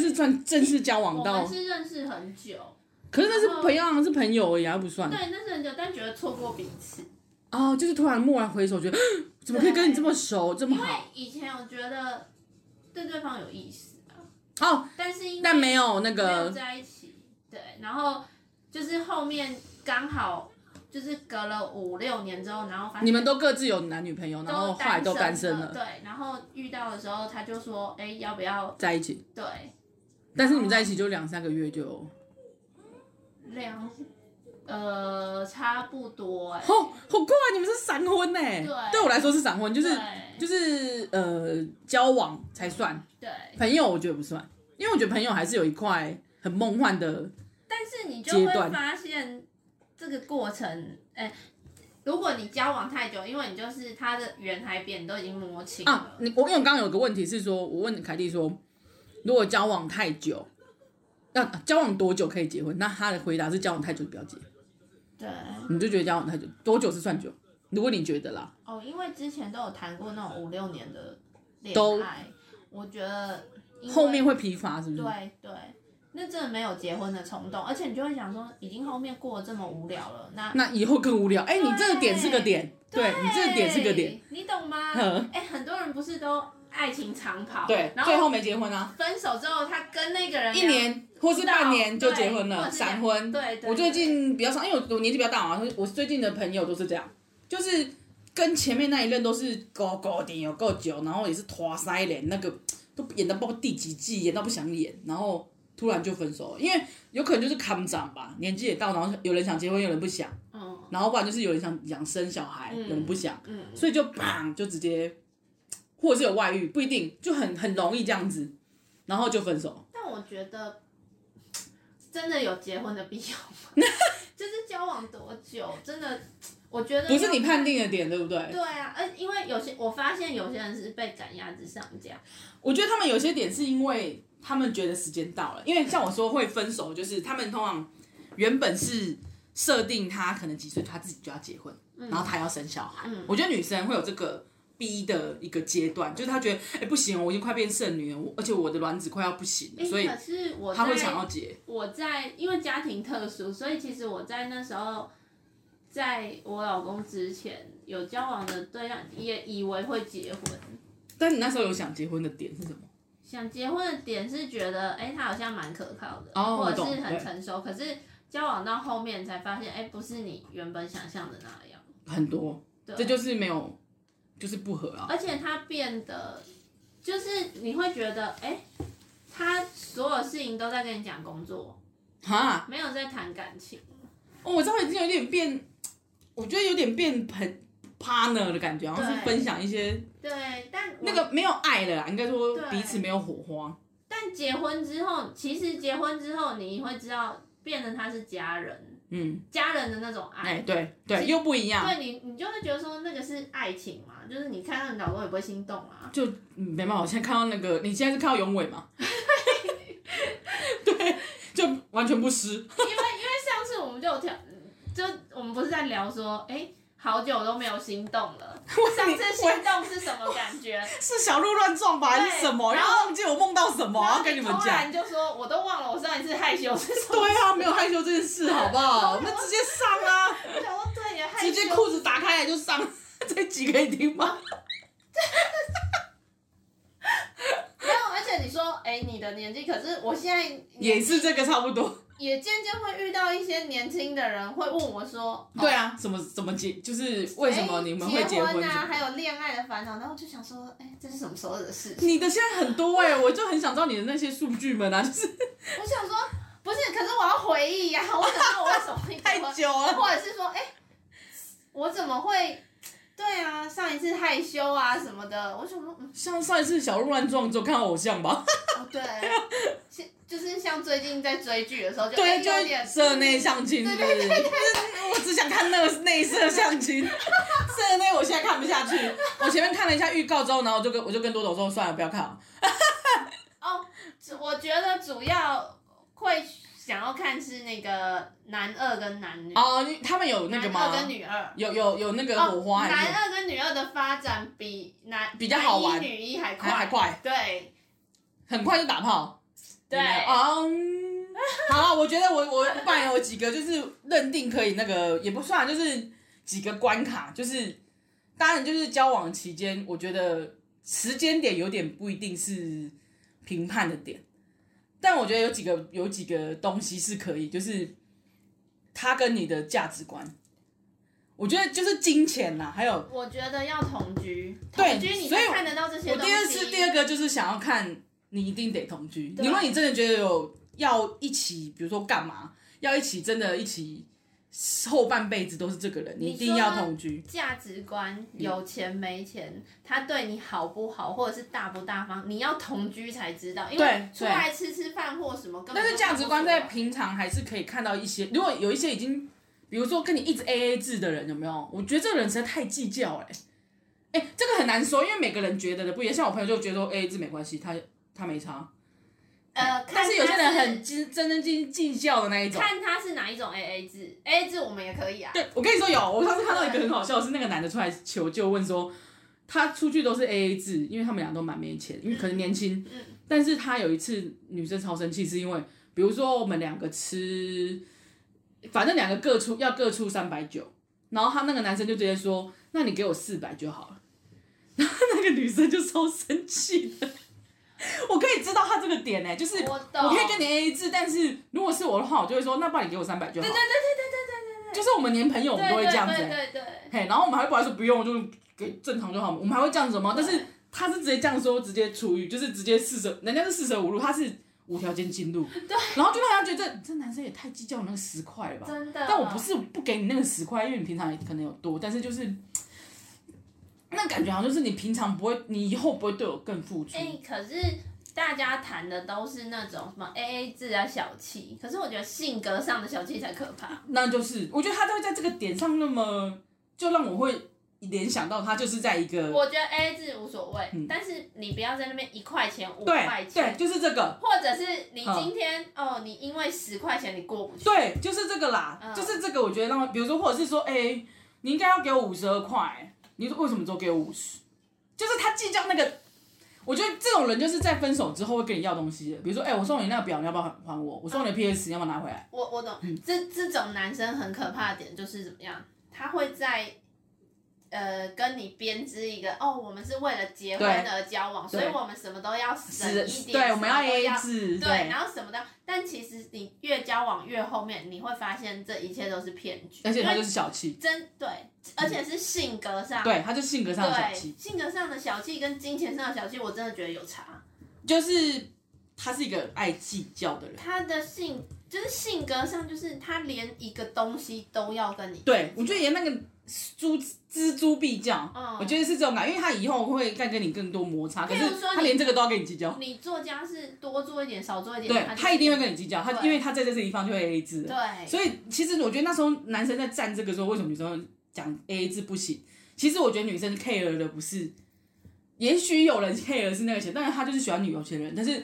是算正式交往我到们，是认识很久，可是那是朋友，好像是朋友而已啊，不算对。，认识很久，但觉得错过彼此。哦，就是 突然蓦然回首，觉得怎么可以跟你这么熟，这么因为好？以前我觉得对对方有意思啊，哦，但是因为但没有没那有个在一起，对，然后就是后面刚好就是隔了五六年之后，然后发现你们都各自有男女朋友，然后后来都单身了，对，然后遇到的时候他就说，哎、要不要？在一起。对，但是你们在一起就两三个月就， 哦两呃差不多哎、哦，好快！你们是闪婚呢？对对我来说是闪婚，就是对就是呃交往才算，对，朋友我觉得不算，因为我觉得朋友还是有一块很梦幻的但是你就阶会段发现这个过程，哎、如果你交往太久，因为你就是他的圆还扁都已经摸清了，啊。你我因为我刚刚有个问题是说，我问凯蒂说，如果交往太久，要交往多久可以结婚？那他的回答是交往太久就不要结，对，你就觉得交往太久多久是算久？如果你觉得啦，哦，因为之前都有谈过那种五六年的恋都爱，我觉得因为后面会疲乏，是不是？对啊对。那真的没有结婚的冲动，而且你就会想说，已经后面过得这么无聊了，那那以后更无聊。哎、你这个点是个对点，对你这个点是个点，，你懂吗？嗯哎、很多人不是都爱情长跑，对，然最后后没结婚啊。分手之后，他跟那个人一年或是半年就结婚对或了，者是两闪婚。对对我最近比较少，因为我我年纪比较大嘛，我最近的朋友都是这样，就是跟前面那一任都是够够的有够久，然后也是拖腮脸，那个都演到不知道第几季，演到不想演，然后突然就分手了，因为有可能就是看长吧，年纪也到，然后有人想结婚，有人不想，嗯然后不然就是有人想想生小孩，嗯有人不想，嗯，所以就砰就直接，或者是有外遇，不一定，就很很容易这样子，然后就分手。但我觉得真的有结婚的必要吗？ 就是交往多久，真的，我觉得不是你判。定的点，对不对？对啊，呃，因为有些我发现有些人是被赶鸭子上架，我觉得他们有些点是因为他们觉得时间到了，因为像我说会分手，就是他们通常原本是设定他可能几岁他自己就要结婚，嗯然后他要生小孩。我觉得女生会有这个。逼的一个阶段，就是她觉得，哎、不行，我已经快变剩女了，我而且我的卵子快要不行了，诶所以哎可是我她会在想要结。我在因为家庭特殊，所以其实我在那时候，在我老公之前有交往的对象，也以为会结婚。但你那时候有想结婚的点是什么？想结婚的点是觉得，哎、他好像蛮可靠的，哦或我者懂是很成熟。可是交往到后面才发现，哎、不是你原本想象的那样。很多，对，这就是没有，就是不合啊。而且他变得，就是你会觉得，哎、他所有事情都在跟你讲工作，哈，没有在谈感情。哦，我知道已经有点变，我觉得有点变朋 partner 的感觉，好像是对分享一些对，但我那个没有爱了啦，应该说对彼此没有火花。但结婚之后，其实结婚之后你会知道，变成他是家人，嗯，家人的那种哎、爱。对啊对，是又不一样，对你，你就会觉得说那个是爱情嘛，就是你看到你老公也不会心动啊。就嗯没办法。我现在看到那个，你现在是看到永伟 吗？对，就完全不湿。上次我们就有调，就我们不是在聊说，哎、好久都没有心动 了，上次心动是什么感觉？是小鹿乱撞吧，还是对什么？然然后后忘记我梦到什么，然我后要跟你们突讲。然就说，我都忘了我上一次害羞是什么。对啊，没有害羞这件事，好不好？我们直接上啊，我想说对，你害羞直接裤子打开来就上。 这集可以听吗？没有，而且你说，哎、你的年纪，可是我现在年也是这个差不多。也渐渐会遇到一些年轻的人会问我说，哦对，啊，怎么怎么结，就是为什么你们会哎结结婚？啊？还有恋爱的烦恼，然后我就想说，哎、这是什么时候的事情？你的现在很多哎、我就很想知道你的那些数据们啊，就是 我想说，不是，可是 久了。或者是说，哎、我怎么会？对啊，上一次害羞啊什么的，我想说，嗯，像上一次小鹿乱撞，就看到偶 像吧。哦对，像就是像最近在追剧的时候就，哎对，就有点社内相亲，是不是？我只想看那个内射相亲， 社内我现在看不下去。我前面看了一下预告之后，然后我就跟我就跟多多说，算了，不要看了。哦，主我觉得主要会想要看是那个男二跟男女，哦，你他们有那个男吗二？跟女二。有有有那个火花哦，还男是？二跟女二的发展比男比较好玩男一女一还快，还还快，对很快就打炮。对有没有啊嗯， 好了，我觉得我我扮演有几个就是认定可以那个也不算，啊就是几个关卡，就是当然就是交往期间，我觉得时间点有点不一定是评判的点，但我觉得有几个有几个东西是可以，就是他跟你的价值观，我觉得就是金钱啦，还有我觉得要同居，对同居你所以才看得到这些我东第西。二次第二个就是想要看你一定得同居，对如果你真的觉得有要一起，比如说干嘛，要一起真的一起后半辈子都是这个人，你一定要同居。价值观，嗯有钱没钱，他对你好不好，或者是大不大方，你要同居才知道。因为对出来吃吃饭或什么，根本但是就价值观在看不出来平常还是可以看到一些，如果有一些已经，比如说跟你一直 A A 制的人，有没有？我觉得这个人实在太计较了、欸。哎、这个很难说，因为每个人觉得的不一样。像我朋友就觉得说 A A 制没关系，他他没差。呃，但看是有些人他是很斤真真斤计较的那一种。看他是哪一种 AA 制，AA 制我们也可以啊。对，我跟你说有，我上次看到一个很好笑的是，那个男的出来求救，问说他出去都是 A A 制，因为他们俩都蛮没钱，因为可能年轻。嗯但是他有一次女生超生气，是因为比如说我们两个吃，反正两个各出要各出三百九，然后他那个男生就直接说：“那你给我四百就好了。” 然后那个女生就超生气的。我可以知道他这个点呢、就是我懂可以跟你 A A 制，但是如果是我的话，我就会说，那不然你给我三百就好。对对对就是我们连朋友我们都对对对对对会这样子、欸，对对对，嘿，然后我们还会过来说不用，我就给正常就好，我们还会这样子吗？但是他是直接这样说，直接处于就是直接四舍，人家是四舍五入，他是无条件进入，对，然后就让他觉得这这男生也太计较那个十块了吧？真的。但我不是不给你那个十块，因为你平常也可能有多，但是就是。那感觉好像就是你平常不会，你以后不会对我更付出。哎、可是大家谈的都是那种什么 AA 制啊、小气，可是我觉得性格上的小气才可怕。那就是我觉得他都会在这个点上，那么就让我会联想到他就是在一个我觉得 AA 制无所谓，但是你不要在那边一块钱、五块嗯对对，钱，就是这个，或者是你今天、哦，你因为十块钱你过不去，嗯对，就是这个啦，嗯就是这个，我觉得让我，比如说，或者是说，哎、你应该要给我五十二块，你说为什么只有给我五十？就是他计较那个，我觉得这种人就是在分手之后会跟你要东西的，比如说，哎、我送你那个表，你要不要还还我？我送你嗯的 PS，你要不要拿回来？我我懂，这这种男生很可怕的点就是怎么样，他会在。呃，跟你编织一个哦，我们是为了结婚对而交往，所以对我们什么都要省一点，对，什我么们都 A A 制，对，然后什么的，但其实你越交往越后面，你会发现这一切都是骗局，而且他因就为是小气，真对，而且是性格上，对，他就性格上的小对气，性格上的小气跟金钱上的小气，我真的觉得有差。就是他是一个爱计较的人。他的性就是性格上，就是他连一个东西都要跟你，对，我觉得也那个蛛锱铢必较，嗯我觉得是这种感觉，因为他以后会再跟你更多摩擦，可是譬如说他你连这个都要跟你计较，你做家事多做一点，少做一点，对他就他一定会跟你计较，他对因为他在这地方就会 A A 制了，对，所以其实我觉得那时候男生在站这个时候，为什么女生讲 A A 制不行？其实我觉得女生 care 的不是，也许有人 care 的是那个钱，但是他就是喜欢女有钱人，但是。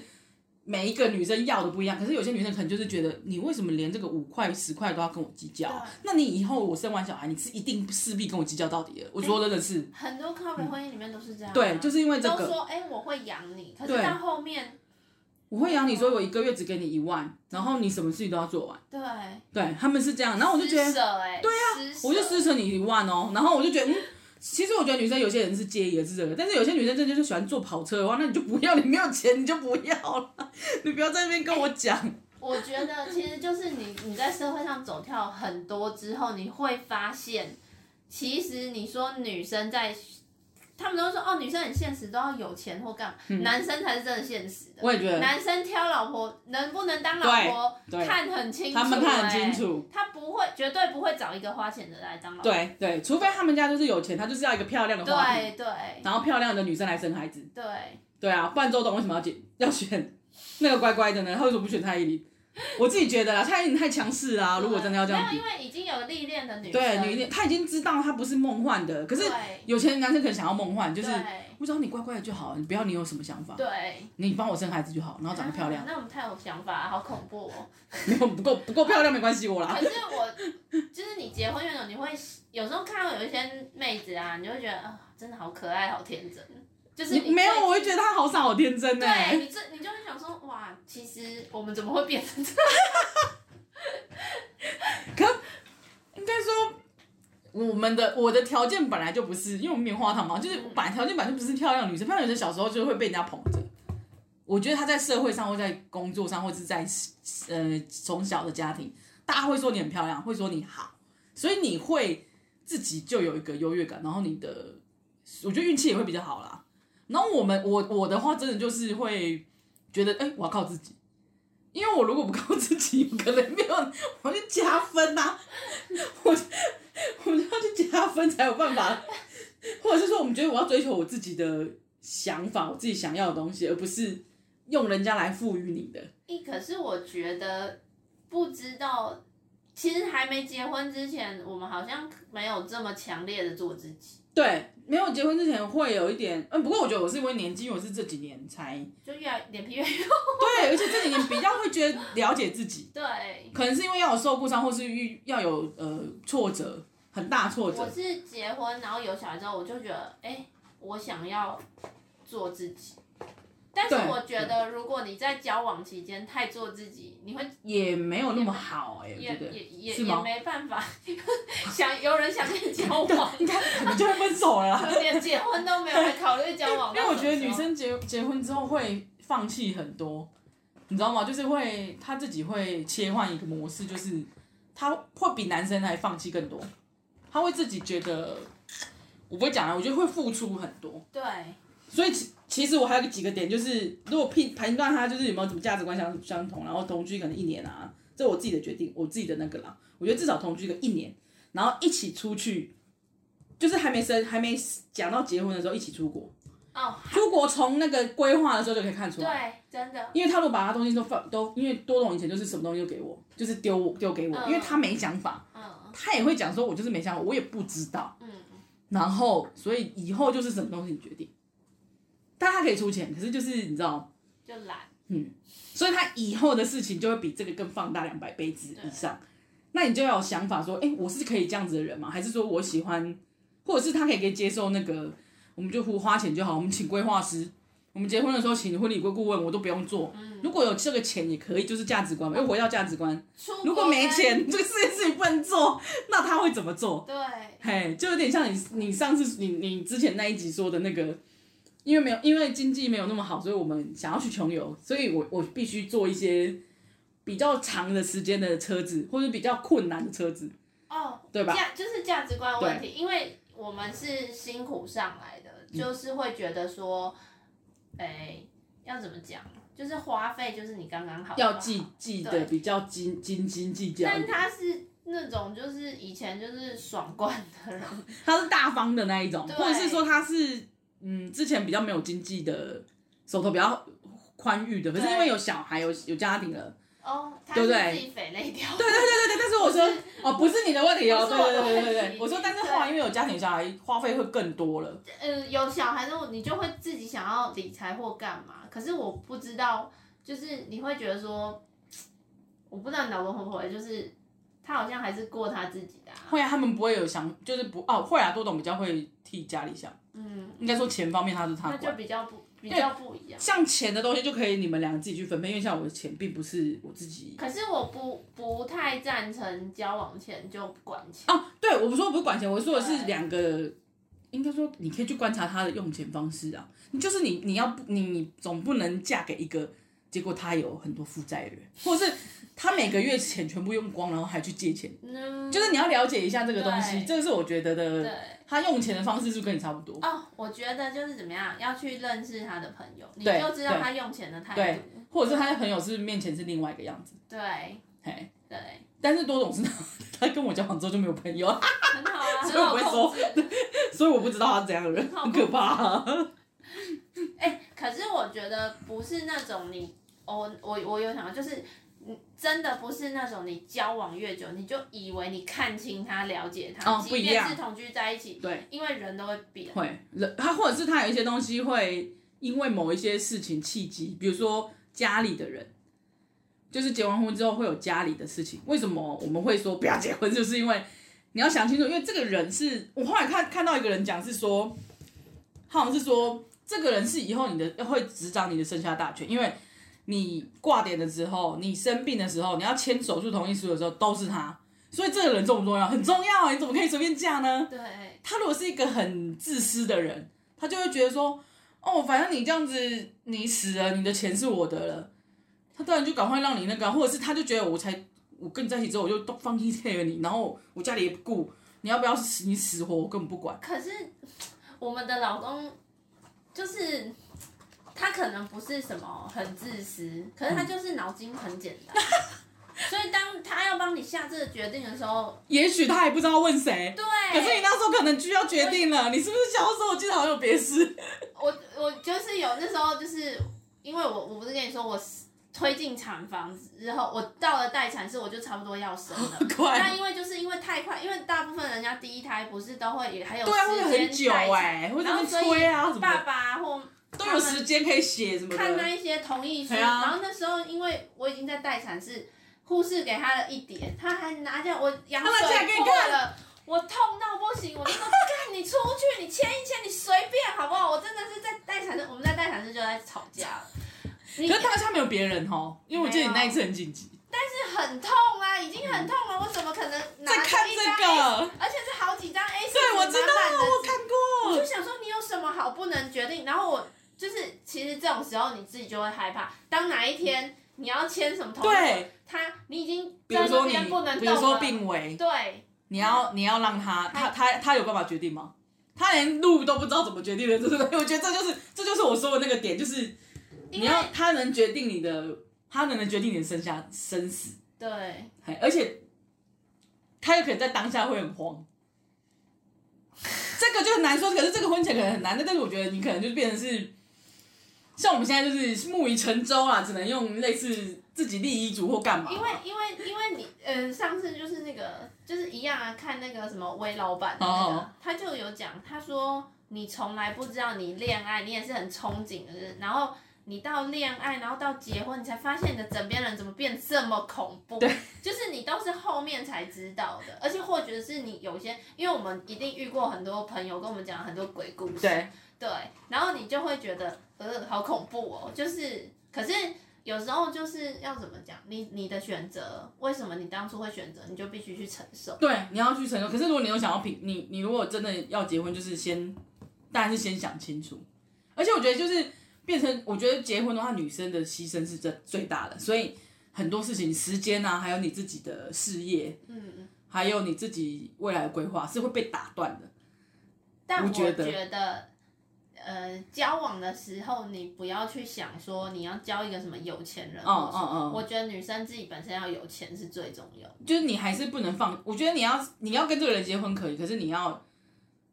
每一个女生要的不一样，可是有些女生可能就是觉得你为什么连这个五块十块都要跟我计较啊？那你以后我生完小孩，你是一定势必跟我计较到底的。我说真的是，很多靠北婚姻里面都是这哎样啊、嗯对就是因为这个都说哎、我会养你，可是对到后面我会养你，所以我一个月只给你一万，然后你什么事情都要做完。对，对他们是这样，然后我就觉得啊施舍哎、对呀、我就施舍你一万哦，然后我就觉得，嗯，其实我觉得女生有些人是介意的是这个，但是有些女生真的就是喜欢坐跑车的话，那你就不要，你没有钱你就不要了， 你不要在那边跟我讲。我觉得其实就是你你在社会上走跳很多之后，你会发现，其实你说女生在他们都说哦，女生很现实，都要有钱或干嘛，嗯男生才是真的现实的。我也觉得男生挑老婆能不能当老婆对对看很清楚、他们看得清楚欸，欸他不会绝对不会找一个花钱的来当老婆。对对，除非他们家就是有钱，他就是要一个漂亮的花对瓶，对然后漂亮的女生来生孩子。对，对啊，不然周董为什么要选要选那个乖乖的呢？他为什么不选蔡依林？我自己觉得啦，蔡依林太强势啦。啊如果真的要这样没比有，，因为已经有历练的女生，对，女她已经知道她不是梦幻的，可是对有钱的男生可能想要梦幻，就是对我只要你乖乖的就好，你不要你有什么想法，对，你帮我生孩子就好，然哦后长得漂亮啊，那我们太有想法，好恐怖哦。没有不够不够漂亮没关系我啦可。是我就是你结婚那种，你会有时候看到有一些妹子啊，你就会觉得啊、真的好可爱，好天真。就是你没有，我会觉得。得她好傻，好天真欸呢、对你这，你就会想说，哇，其实我们怎么会变成这样？应该说，我们的我的条件本来就不是，因为我们棉花糖嘛，就是我本来条件本来就不是漂亮女生，漂亮女生小时候就会被人家捧着。我觉得她在社会上或在工作上，或是在呃从小的家庭，大家会说你很漂亮，会说你好，所以你会自己就有一个优越感，然后你的我觉得运气也会比较好啦。然后我们我我的话，真的就是会觉得，哎、我要靠自己，因为我如果不靠自己，我可能没有，我就加分啊呐、我就我就要去加分才有办法，或者是说，我们觉得我要追求我自己的想法，我自己想要的东西，而不是用人家来赋予你的。咦，可是我觉得不知道，其实还没结婚之前，我们好像没有这么强烈的做自己，对，没有结婚之前会有一点，嗯，不过我觉得我是因为年纪，因为我是这几年才就越来脸皮越厚。对，而且这几年比较会觉得了解自己，对，可能是因为要有受过伤，或是遇要有呃挫折，很大挫折我。是结婚然后有小孩之后，我就觉得，哎、我想要做自己。但是对我觉得，如果你在交往期间太做自己，你会也没有那么好哎、也我觉也得也是也吗没办 法，想有人想跟你交往，应该可能就会分手了啦。连结婚都没有来考虑交往。因为我觉得女，生结结婚之后会放弃很多，你知道吗？就是会她自己会切换一个模式，就是她会比男生还放弃更多，她会自己觉得，我不会讲啊，我觉得会付出很多。对所以其其实我还有几个点，就是如果评判断他就是有没有什么价值观相相同，然后同居可能一年啊，这我自己的决定，我自己的那个啦，我觉得至少同居个一年，然后一起出去，就是还没生还没讲到结婚的时候一起出国，哦，出国从那个规划的时候就可以看出来。对，真的，因为他如果把他东西都放都，因为多隆以前就是什么东西都给我，就是丢我丢给我，嗯因为他没想法，嗯他也会讲说，我就是没想法，我也不知道。嗯，然后所以以后就是什么东西你决定，但他可以出钱，可是就是你知道，就懒，所以他以后的事情就会比这个更放大两百倍之以上。那你就要有想法说，哎、我是可以这样子的人吗？还是说我喜欢，或者是他可以可以接受那个，我们就胡花钱就好，我们请规划师，我们结婚的时候请婚礼顾问，我都不用做。如果有这个钱也可以，就是价值观嘛，又回到价值观。出国如果没跟，钱，这个事情事情不能做，那他会怎么做？哎对嘿，就有点像你你上次你你之前那一集说的那个，因为没有因为经济没有那么好，所以我们想要去穷游，所以我我必须做一些比较长的时间的车子，或者比较困难的车子，哦，对吧价就是价值观问题，因为我们是辛苦上来的，嗯就是会觉得说，哎，要怎么讲，就是花费就是你刚刚好，要计计的对比较斤斤斤计较一但点。他是那种就是以前就是爽惯的 人，他是大方的那一种，对或者是说他是嗯之前比较没有经济的，手头比较宽裕的，可是对因为有小孩有有家庭了，哦，他对是不对自己匪类掉，对对对对对，但是我说哦，不是你的问题哦，不对是我的对对对问对，题我说但是后来因为有家庭小孩，花费会更多了， 呃，有小孩之后，你就会自己想要理财或干嘛。可是我不知道，就是你会觉得说，我不知道你老公会不会，就是他好像还是过他自己的、啊。会啊，他们不会有想就是不哦，会啊，多董比较会替家里想，嗯，应该说钱方面他是他那就管，比较不比较不一样。像钱的东西就可以你们两个自己去分配，因为像我的钱并不是我自己。可是我不不太赞成交往前就管钱。哦，对，我不说我不是管钱，我说的是对两个，应该说你可以去观察他的用钱方式啊。就是你你要不你你总不能嫁给一个结果他有很多负债的人，或者是他每个月钱全部用光，然后还去借钱，嗯，就是你要了解一下这个东西，对这个是我觉得的对他用钱的方式是不是跟你差不多？哦，我觉得就是怎么样，要去认识他的朋友，你对就知道对他用钱的态对度。或者是他在朋友是面前是另外一个样子，对嘿。 对，但是多总是他跟我交往之后就没有朋友，很好啊，所以我不会很好控制。 所以我不知道他是怎样的人，好很可怕、啊哎、可是我觉得不是那种你，哦，我我有想到，就是你真的不是那种你交往越久，你就以为你看清他、了解他，哦即不一便样是同居在一起，对，因为人都会变。会人他或者是他有一些东西会因为某一些事情契机，比如说家里的人，就是结完婚之后会有家里的事情。为什么我们会说不要结婚？ 就是因为你要想清楚，因为这个人是我后来看看到一个人讲是说，他好像是说这个人是以后你的会执掌你的生下大权，因为你挂点的时候，你生病的时候，你要签手术同意书的时候都是他。所以这个人重不重要？很重要啊！你怎么可以随便嫁呢？对，他如果是一个很自私的人，他就会觉得说，哦，反正你这样子，你死了，你的钱是我的了，他当然就赶快让你那个啊，或者是他就觉得我才我跟你在一起之后，我就都放弃这个你，然后我家里也不顾，你要不要死你死活我根本不管。可是 我们的老公就是。他可能不是什么很自私，可是嗯他就是脑筋很简单， 所以当他要帮你下这个决定的时候，也许他还不知道问谁，对，可是你那时候可能就要决定了，你是不是小时候我记得好像有别事？我我就是有那时候就是因为我我不是跟你说我推进产房之后，我到了待产室我就差不多要生 了。那快，因为就是因为太快，因为大部分人家第一胎不是都会也还有对啊，时会间很久待产，哎、欸，会在然那后边所催以啊什么爸的，爸或都有时间可以写什么的。看那一些同意书，对啊然后那时候因为我已经在待产室，护士给他了一点，他还拿着我羊他拿起来水给你破看了。我痛到不行，我就说干你出去，你签一签，你随便好不好？我真的是在待产室，我们在待产室就在吵架了。你可是当下没有别人哦，因为我记得你那一次很紧急，是很痛啊，已经很痛了，我怎么可能拿在看着一这张 A，个，而且是好几张 A 四对，我知道，我我看就过，想说你有什么好不能决定？然后我就是，其实这种时候你自己就会害怕。当哪一天你要签什么同意书，对，他你已经比如在说那你边不能，比动如说了。嗯病危，对，你要你要让他，他他他他有办法决定吗？他连路都不知道怎么决定的，对不对？我觉得这就是 这就是我说的那个点，就是因你为要他能决定你的，他能决定你的生下生死，对，嘿而且他有可能在当下会很慌。这个就很难说，可是这个婚前可能很难，但是我觉得你可能就变成是，像我们现在就是木已成舟啦，只能用类似自己立遗嘱或干嘛。因为因为因为你呃，上次就是那个就是一样啊，看那个什么微老板的那个哦，他就有讲，他说你从来不知道你恋爱，你也是很憧憬的人，然后。你到恋爱，然后到结婚，你才发现你的枕边人怎么变这么恐怖？对，就是你都是后面才知道的，而且或者是你有些，因为我们一定遇过很多朋友跟我们讲很多鬼故事，对，对，然后你就会觉得，呃，好恐怖哦。就是，可是有时候就是要怎么讲，你你的选择，为什么你当初会选择，你就必须去承受。对，你要去承受。可是如果你有想要平，你你如果真的要结婚，就是先，当然是先想清楚。而且我觉得就是变成，我觉得结婚的话，女生的牺牲是最最大的，所以很多事情时间啊，还有你自己的事业，嗯，还有你自己未来的规划是会被打断的。但我我觉觉得得，呃，交往的时候你不要去想说你要交一个什么有钱人。嗯嗯嗯，我觉得女生自己本身要有钱是最重要的。就是你还是不能放。我觉得你要你要跟这个人结婚可以，可是你要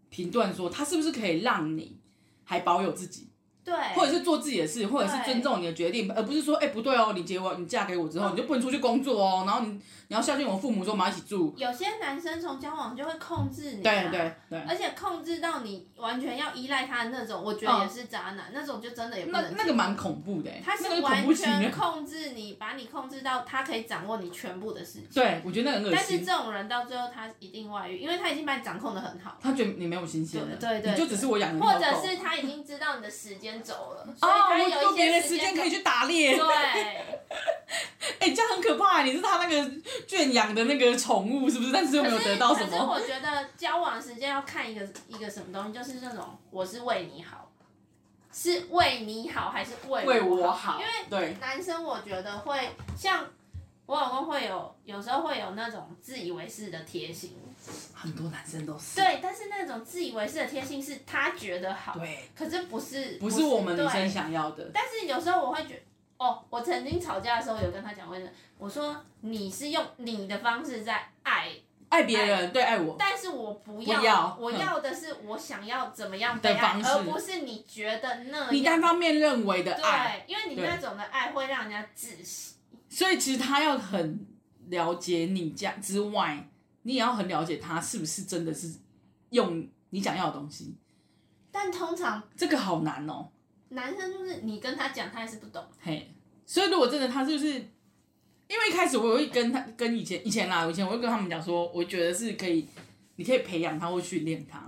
评断说他是不是可以让你还保有自己，对，或者是做自己的事，或者是对尊重你的决定，而不是说哎、不对哦，你结我你嫁给我之后你就不能出去工作哦，然后你你要孝敬我父母说我们要一起住。有些男生从交往就会控制你、啊对对。对，而且控制到你完全要依赖他的那种，我觉得也是渣男，那种就真的也不那能接受。那个蛮恐怖的、欸，他那个是恐怖完情人全。控制你，把你控制到他可以掌握你全部的事情。对，我觉得那个很恶但是心这。种人到最后他一定外遇，因为他已经把你掌控的很好，他觉得你没有新鲜的，对对对你就只是我养的或那条者狗是他已经知道你的时间走了，所以哦，他我有有一别些的时间可以去。去打猎。 对，哎、这样很可怕、你是他那个圈养的那个宠物，是不是？但是又没有可是得到什可是么。我觉得交往时间要看一个一个什么东西，就是那种我是为你好，是为你好还是为为我我好因为对男生我觉得会像我老公会有有时候会有那种自以为是的贴心，很多男生都是对，但是那种自以为是的贴心是他觉得好，对，可是不是不是我们女对生想要的。但是有时候我会觉哦，我曾经吵架的时候有跟他讲过，我说你是用你的方式在爱，爱别人，对爱我，但是我不要，不要我嗯要的是我想要怎么样被的爱方，式而不是你觉得那你单样。方面认为的爱，对，因为你对那种的爱会让人家窒息。所以其实他要很了解你家之外，你也要很了解他是不是真的是用你想要的东西。但通常这个好难哦，男生就是你跟他讲，他还是不懂。嘿。所以如果真的他就是，因为一开始我会跟他跟以前以前啦，以前我会跟他们讲说，我觉得是可以，你可以培养他或训练他，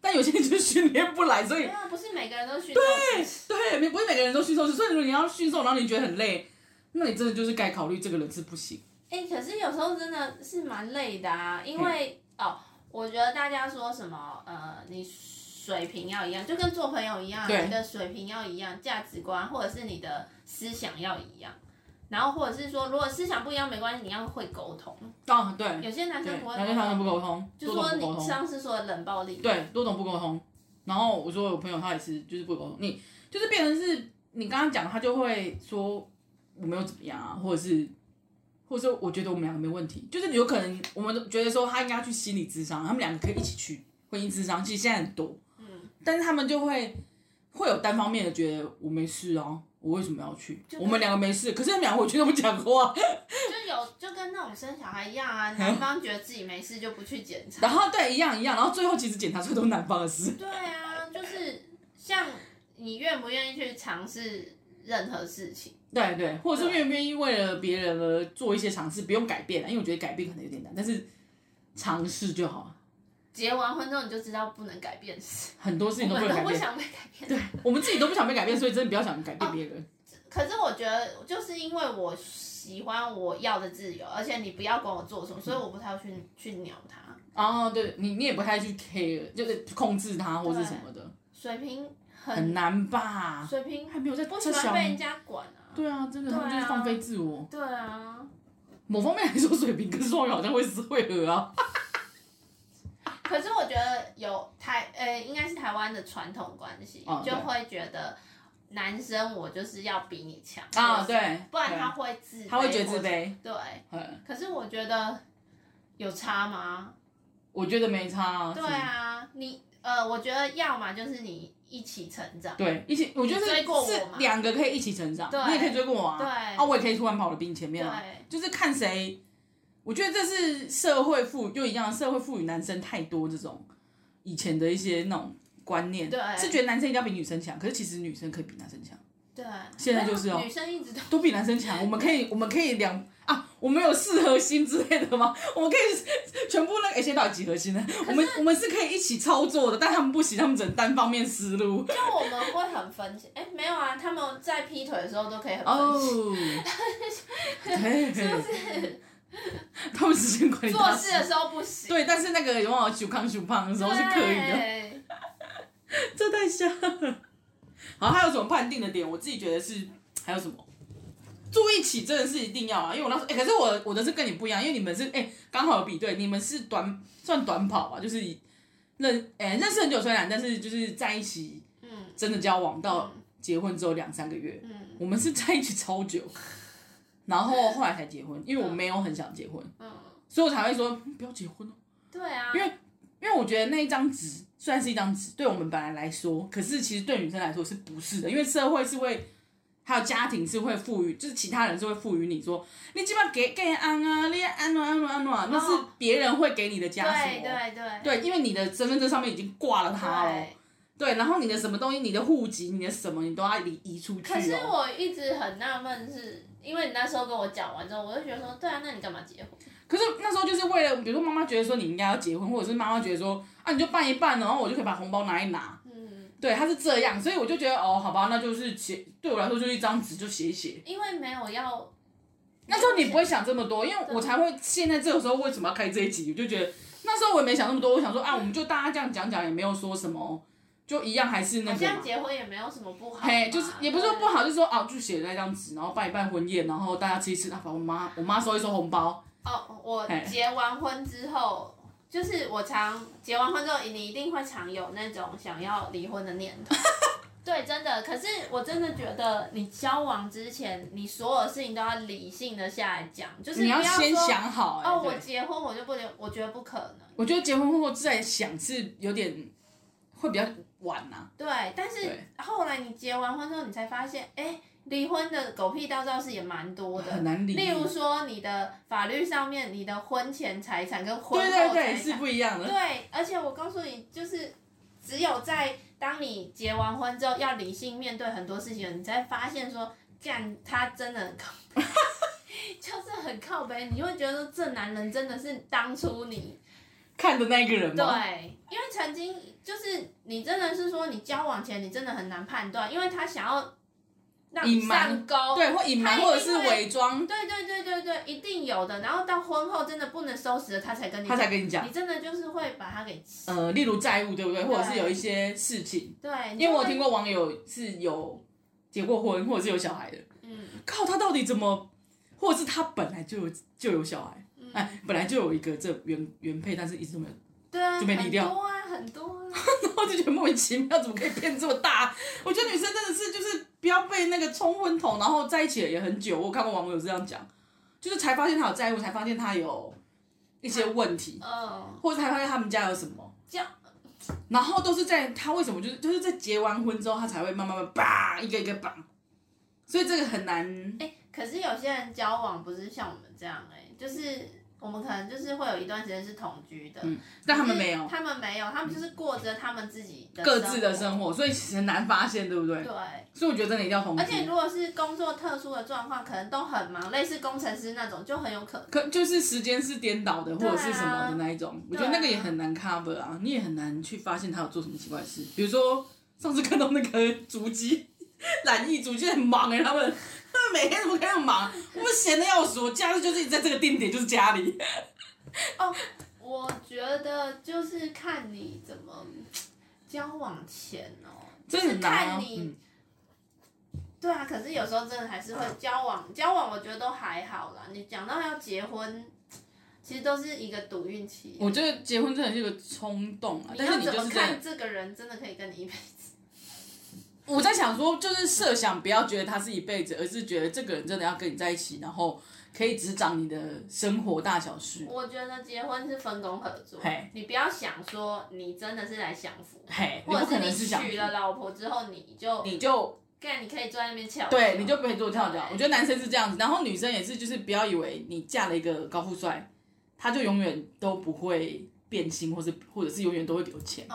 但有些人就是训练不来，所以没有，啊不是每个人都需要窒息。对，没不是每个人都驯兽师，所以如果你要驯兽，然后你觉得很累，那你真的就是该考虑这个人是不行。哎、可是有时候真的是蛮累的啊，因为、哦，我觉得大家说什么呃，你水平要一样，就跟做朋友一样，啊对你的水平要一样，价值观或者是你的思想要一样，然后或者是说，如果思想不一样没关系，你要会沟通。啊，对，有些男对生不，会男生他们不沟通，哦就多种说不沟你通，上次说的冷暴力，，对，多种不沟通。然后我说我朋友他也是，就是不沟通，你就是变成是你刚刚讲，他就会说我没有怎么样啊，或者是。或者说，我觉得我们两个没问题，就是有可能我们都觉得说他应该要去心理咨商，他们两个可以一起去婚姻咨商，其实现在很多，嗯，但是他们就会会有单方面的觉得我没事啊，我为什么要去？就跟我们两个没事，可是他们两个回去都不讲话，就有就跟那种生小孩一样 啊，男方觉得自己没事就不去检查然，后对一样一样，然后最后其实检查出来都是男方的事。对啊，就是像你愿不愿意去尝试任何事情。对对，或者是对愿不愿意为了别人而做一些尝试，不用改变啊，因为我觉得改变可能有点难，但是尝试就好了。结完婚之后你就知道不能改变事，很多事情我都不们都能改不变，想被改变。对，我们自己都不想被改变，所以真的不要想改变别人。可是我觉得就是因为我喜欢我要的自由，而且你不要管我做什么，所以我不太会去去鸟他。哦，对你你也不太去 care，就是控制他或是什么的，水平很很，难吧？水平还没有在不喜在小欢被人家管啊。对啊，真的，他们就对是啊放飞自我。对啊，某方面来说，水瓶跟双鱼好像会是会合啊。可是我觉得有台呃，应该是台湾的传统关系，哦就对会觉得男生我就是要比你强就啊是对不然对他会自卑，他会觉得自或是。卑。对，嗯，可是我觉得有差吗？我觉得没差啊。对啊，你呃，我觉得要么就是你一起成长是，，对，一起，我觉得你是追过我是吗两个可以一起成长对，你也可以追过我啊。对啊，我也可以突然跑到比你前对面啊。就是看谁，我觉得这是社会赋就一样，社会赋予男生太多这种以前的一些那种观念，对是觉得男生一定要比女生强，可是其实女生可以比男生强，对，现在就是哦没有女生一直都都比男生强。我们可以，我们可以两啊，我们有四核心之类的吗？我们可以全部那个，哎诶现在到底几核心呢？我们我们是可以一起操作的，但他们不行，他们只能单方面思路。 就我们会很分析，哎，没有啊，他们在劈腿的时候都可以很哦分析，， 对，他们时间管理做大事师的时候不行，对，但是那个有没有修康修胖的时对，候是可以的，这太像了。好，还有什么判定的点？我自己觉得是还有什么？住一起真的是一定要啊，因为我那时候，哎、可是我我的是跟你不一样，因为你们是哎刚、好有比对，你们是短算短跑吧，就是以认哎、认识很久虽然，但是就是在一起嗯真的交往到结婚之后两三个月，嗯我们是在一起超久， 然后后来才结婚，因为我没有很想结婚，嗯，所以我才会说嗯不要结婚哦、对啊，因为因为我觉得那一张纸虽然是一张纸，对我们本来来说，可是其实对女生来说是不是的？因为社会是会，还有家庭是会赋予，就是其他人是会赋予你说，你基本上给给安啊，你安暖安暖安暖，那是别人会给你的枷嗯对锁。对对对，因为你的身份证上面已经挂了它哦。对。对，然后你的什么东西，你的户籍，你的什么，你都要移移出去可是哦。我一直很纳闷，是因为你那时候跟我讲完之后，我就觉得说，对啊，那你干嘛结婚？可是那时候就是为了，比如说妈妈觉得说你应该要结婚，或者是妈妈觉得说啊你就办一办，然后我就可以把红包拿一拿。嗯，对，他是这样，所以我就觉得哦，好吧，那就是写，对我来说就是一张纸，就写一写。因为没有要那时候你不会想这么多，因为我才会现在这个时候为什么要开这一集，我就觉得那时候我也没想那么多，我想说啊，我们就大家这样讲讲，也没有说什么就一样还是那好个像嘛。结婚也没有什么不好嘛，嘿，就是也不是说对不好，就是说啊，就写了那张纸，然后办一办婚宴，然后大家吃一吃，啊，把我妈我妈收一收红包，哦，我嘿结完婚之后，就是我常结完婚之后，你一定会常有那种想要离婚的念头。 对，真的。可是我真的觉得，你交往之前，你所有事情都要理性的下来讲，就是你不要要先说想好、哎哦，我对结婚我就不离，我觉得不可能。我觉得结婚后再想是有点会比较晚啊呐、对，但是对后来你结完婚之后，你才发现，哎，离婚的狗屁倒灶事也蛮多的，很难理例如说，你的法律上面，你的婚前财产跟婚对后对财对，是产，不一样的。对，而且我告诉你，就是只有在当你结完婚之后，要理性面对很多事情，你才发现说，干他真的很靠 北，就是很靠北，你会觉得说这男人真的是当初你看的那一个人对嘛，，因为曾经就是你真的是说你交往前你真的很难判断，因为他想要让你隐瞒上钩，对，或隐瞒他一定或者是会伪装，对对对对对，一定有的。然后到婚后真的不能收拾了，他才跟你他才跟你讲你。真的就是会把他给气呃，例如债务，对不对？或者是对有一些事情，对，因为我有听过，过网友是有结过婚或者是有小孩的，嗯靠，他到底怎么，或者是他本来就有就有小孩，嗯，哎，本来就有一个这原原配，但是一直都没有，对啊，就被很离掉多啊，很多啊，我就觉得莫名其妙，怎么可以变这么大？我觉得女生真的是就是不要被那个冲昏头，然后在一起了也很久。我有看过网友这样讲，就是才发现他有债务，才发现他有一些问题，嗯，或者才发现他们家有什么。这样然后都是在他为什么就是就是在结完婚之后，他才会慢慢慢叭一个一个绑，所以这个很难。哎、可是有些人交往不是像我们这样哎、就是我们可能就是会有一段时间是同居的，嗯但他们没可有是他们没有，他们就是过着他们自己的各自的活，生活，所以很难发现，对不对？对。所以我觉得真的一定要同居。而且如果是工作特殊的状况，可能都很忙，类似工程师那种就很有可能。可就是时间是颠倒的，或对啊啊者是什么的那一种，我觉得那个也很难 cover 啊，你也很难去发现他有做什么奇怪的事。比如说上次看到那个足迹，懒疫足迹很忙哎、他们他们每天怎么可以那么忙？我们闲的要死，我假日就是一直在这个定点，就是家里。我觉得就是看你怎么交往前哦，真的很就是难啊看！你嗯，对啊，可是有时候真的还是会交往，交往我觉得都还好啦。你讲到要结婚，其实都是一个赌运气。我觉得结婚真的是一个冲动啊，你但是要你怎就么是在看这个人真的可以跟你一辈子？我在想说，就是设想不要觉得他是一辈子，而是觉得这个人真的要跟你在一起，然后可以执掌你的生活大小事。我觉得结婚是分工合作嘿，你不要想说你真的是来享福，嘿，欸你或不者可能你是想娶了老婆之后你就你就干，你可以坐在那边翘脚，对，你就不以做跳脚。我觉得得男生是这样子，然后女生也是，就是不要以为你嫁了一个高富帅，他就永远都不会变心，或是或者是永远都会有钱。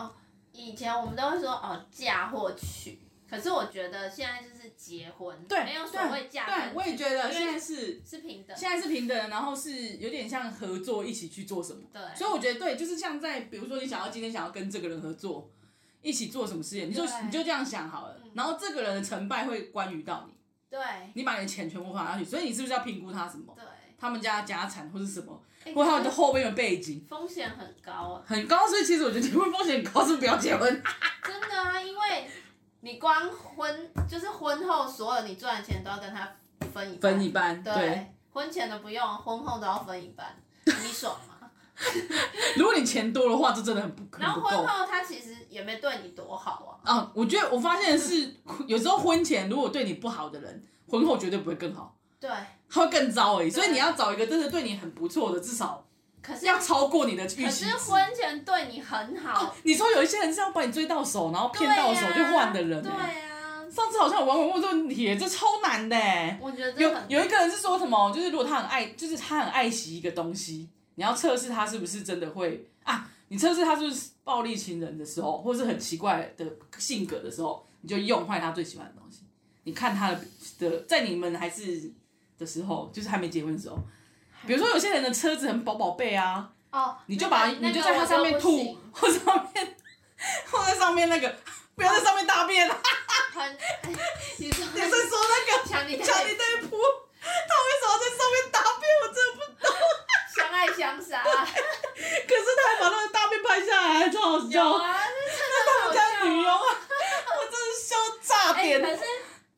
以前我们都会说哦嫁或娶，可是我觉得现在就是结婚，对，没有所谓嫁对，跟对我也觉因为得现在是是平等，现在是平等，然后是有点像合作，一起去做什么。对，所以我觉得对，就是像在比如说你想要今天想要跟这个人合作，一起做什么事情，你就对嗯你就这样想好了，然后这个人的成败会关于到你，对你把你的钱全部花下去，所以你是不是要评估他什么？对， 他们家的家产或是什么，哎或他们可的是后面的背景，风险很高啊，很高，所以其实我觉得结婚风险很高，是不要结婚。真的啊，因为你光婚就是婚后所有你赚的钱都要跟他分一半 分一半，对，对。婚前的不用，婚后都要分一半，你爽吗？如果你钱多的话，就真的很不 可然能后不婚够。后他其实也没对你多好啊，啊，我觉得我发现的是，有时候婚前如果对你不好的人，婚后绝对不会更好，对，他会更糟而已。对所以你要找一个真的对你很不错的，至少可是要超过你的预可是期值。婚前对你很好，哦，你说有一些人是要把你追到手，然后对 骗呀到手就换的人、欸。对啊，上次好像有网友问这个问题欸，这超难的、欸。我觉得有这很有一个人是说什么，就是如果他很爱，就是他很爱惜一个东西，你要测试他是不是真的会啊，你测试他是不是暴力情人的时候，或是很奇怪的性格的时候，你就用坏他最喜欢的东西。你看他的的，在你们还是的时候，就是还没结婚的时候，比如说有些人的车子很宝宝贝啊，哦，你就把、那个你就在它上面吐，，或上面或在上面那个，不要在上面大便那了、个我就不行很，你说你在说那个 强你太强尼戴普，他为什么要在上面大便？我真的不 相爱相 杀，可是他还把那个大便拍下来，超好有笑。啊，这真的好笑女佣啊， 我真是笑炸哎、可点。是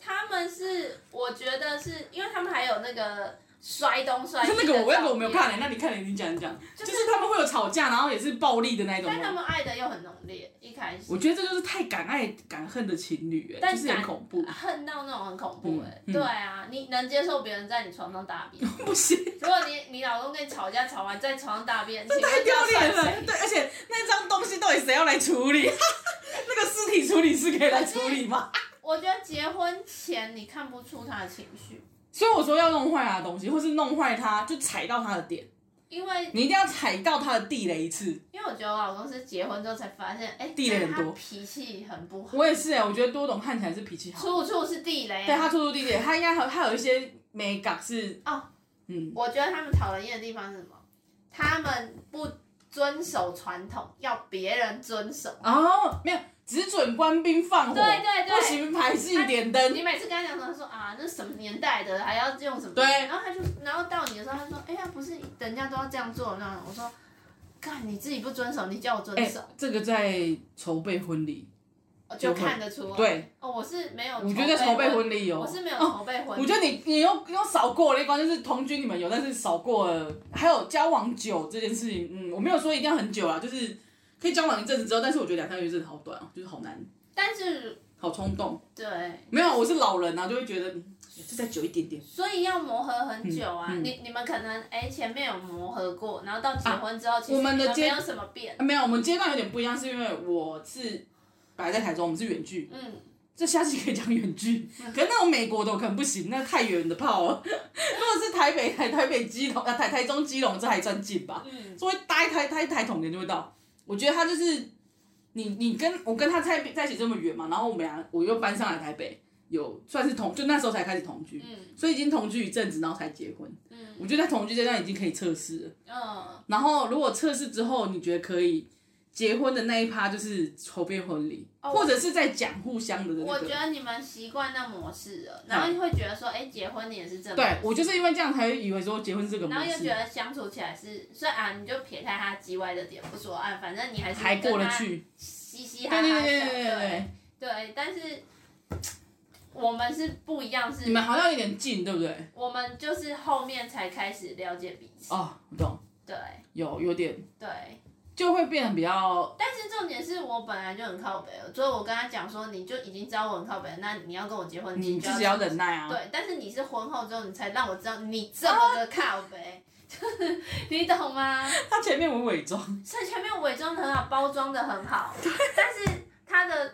他们是，我觉得是因为他们还有那个摔东摔西那的个我那个我照没有片看欸那你看了你讲一讲，就就是是他们会有吵架，然后也是暴力的那一种但他吗。们爱的又很浓烈，一开始。我觉得这就是太敢爱敢恨的情侣，哎，但就是很敢，恐怖恨到那种很恐怖哎、嗯嗯对啊，你能接受别人在你床上大便？不行，如果你你老公跟你吵架吵完在床上大便，这请太问哎丢要算脸了。谁？对，而且那张东西到底谁要来处理？ 那个尸体处理师可以来处理吗？我觉得结婚前你看不出他的情绪， 所以我说要弄坏他的东西，或是弄坏他，就踩到他的点，因为你一定要踩到他的地雷一次。因为我觉得我老公是结婚之后才发现，哎、地雷很他多脾气很不好，我也是哎、我觉得多懂看起来是脾气好，处处是地雷、啊。对他突出地点，他应该还他有一些美感是哦，嗯，我觉得他们讨人厌的地方是什么？他们不遵守传统，要别人遵守。哦，没有，只准官兵放火，对对对不行排戏点灯你，每次跟他讲什么，他说啊，那什么年代的，还要用什么？对然后他就，然后到你的时候，他说，哎呀，不是人家都要这样做那种。我说，干，你自己不遵守，你叫我遵哎、守，这个在筹备婚礼，我就看得出。，哎对，哦，我是没有。我觉得在筹备婚，礼有，我是没有哦筹备婚礼。我觉得你你又又少过了一关，就是同居你们有，但是少过了，还有交往久这件事情，嗯，我没有说一定要很久啦，就是可以交往一阵子之后，但是我觉得两三个月真的好短哦、就是好难，但是好冲动。对，没有，我是老人啊，就会觉得嗯就再久一点点。所以要磨合很久啊。嗯嗯啊你你们可能哎、前面有磨合过，然后到结婚之后，其实我们的你没阶有什么变。啊没有，我们阶段有点不一样，是因为我是本来在台中，我们是远距，嗯，这下次可以讲远距，可是那种美国的我可能不行，那太远的炮了。 如果是台北台台北基隆啊台台中基隆，这还算近吧？嗯所以搭一台搭一台统联就会到。我觉得他就是你你跟我跟他在在一起这么远嘛，然后我们俩我又搬上来台北，有算是同就那时候才开始同居，嗯所以已经同居一阵子，然后才结婚。嗯我觉得在同居阶段已经可以测试了。嗯，然后如果测试之后你觉得可以，结婚的那一趴就是筹备婚礼，哦或者是在讲互相的那个。我觉得你们习惯那模式了，然后会觉得说，哎、结婚你也是这个模式对我就是因为这样才会以为说结婚是个模然后又觉式，得相处起来是，虽然啊，你就撇开他叽歪的点不说啊，反正你还是还跟过得他去。嘻嘻对哈哈对笑，对对对对，对但是我们是不一样，是你们好像有点近，对不对？我们就是后面才开始了解彼此，哦，我懂，对有有点对。就会变得比较但是重点是我本来就很靠北了，所以我跟他讲说，你就已经知道我很靠北了，那你要跟我结婚，你自就己要忍耐啊。对，但是你是婚后之后，你才让我知道你这么的靠北，就是你懂吗？他前面我伪装，所以前面伪装的很好，包装的很好，但是他的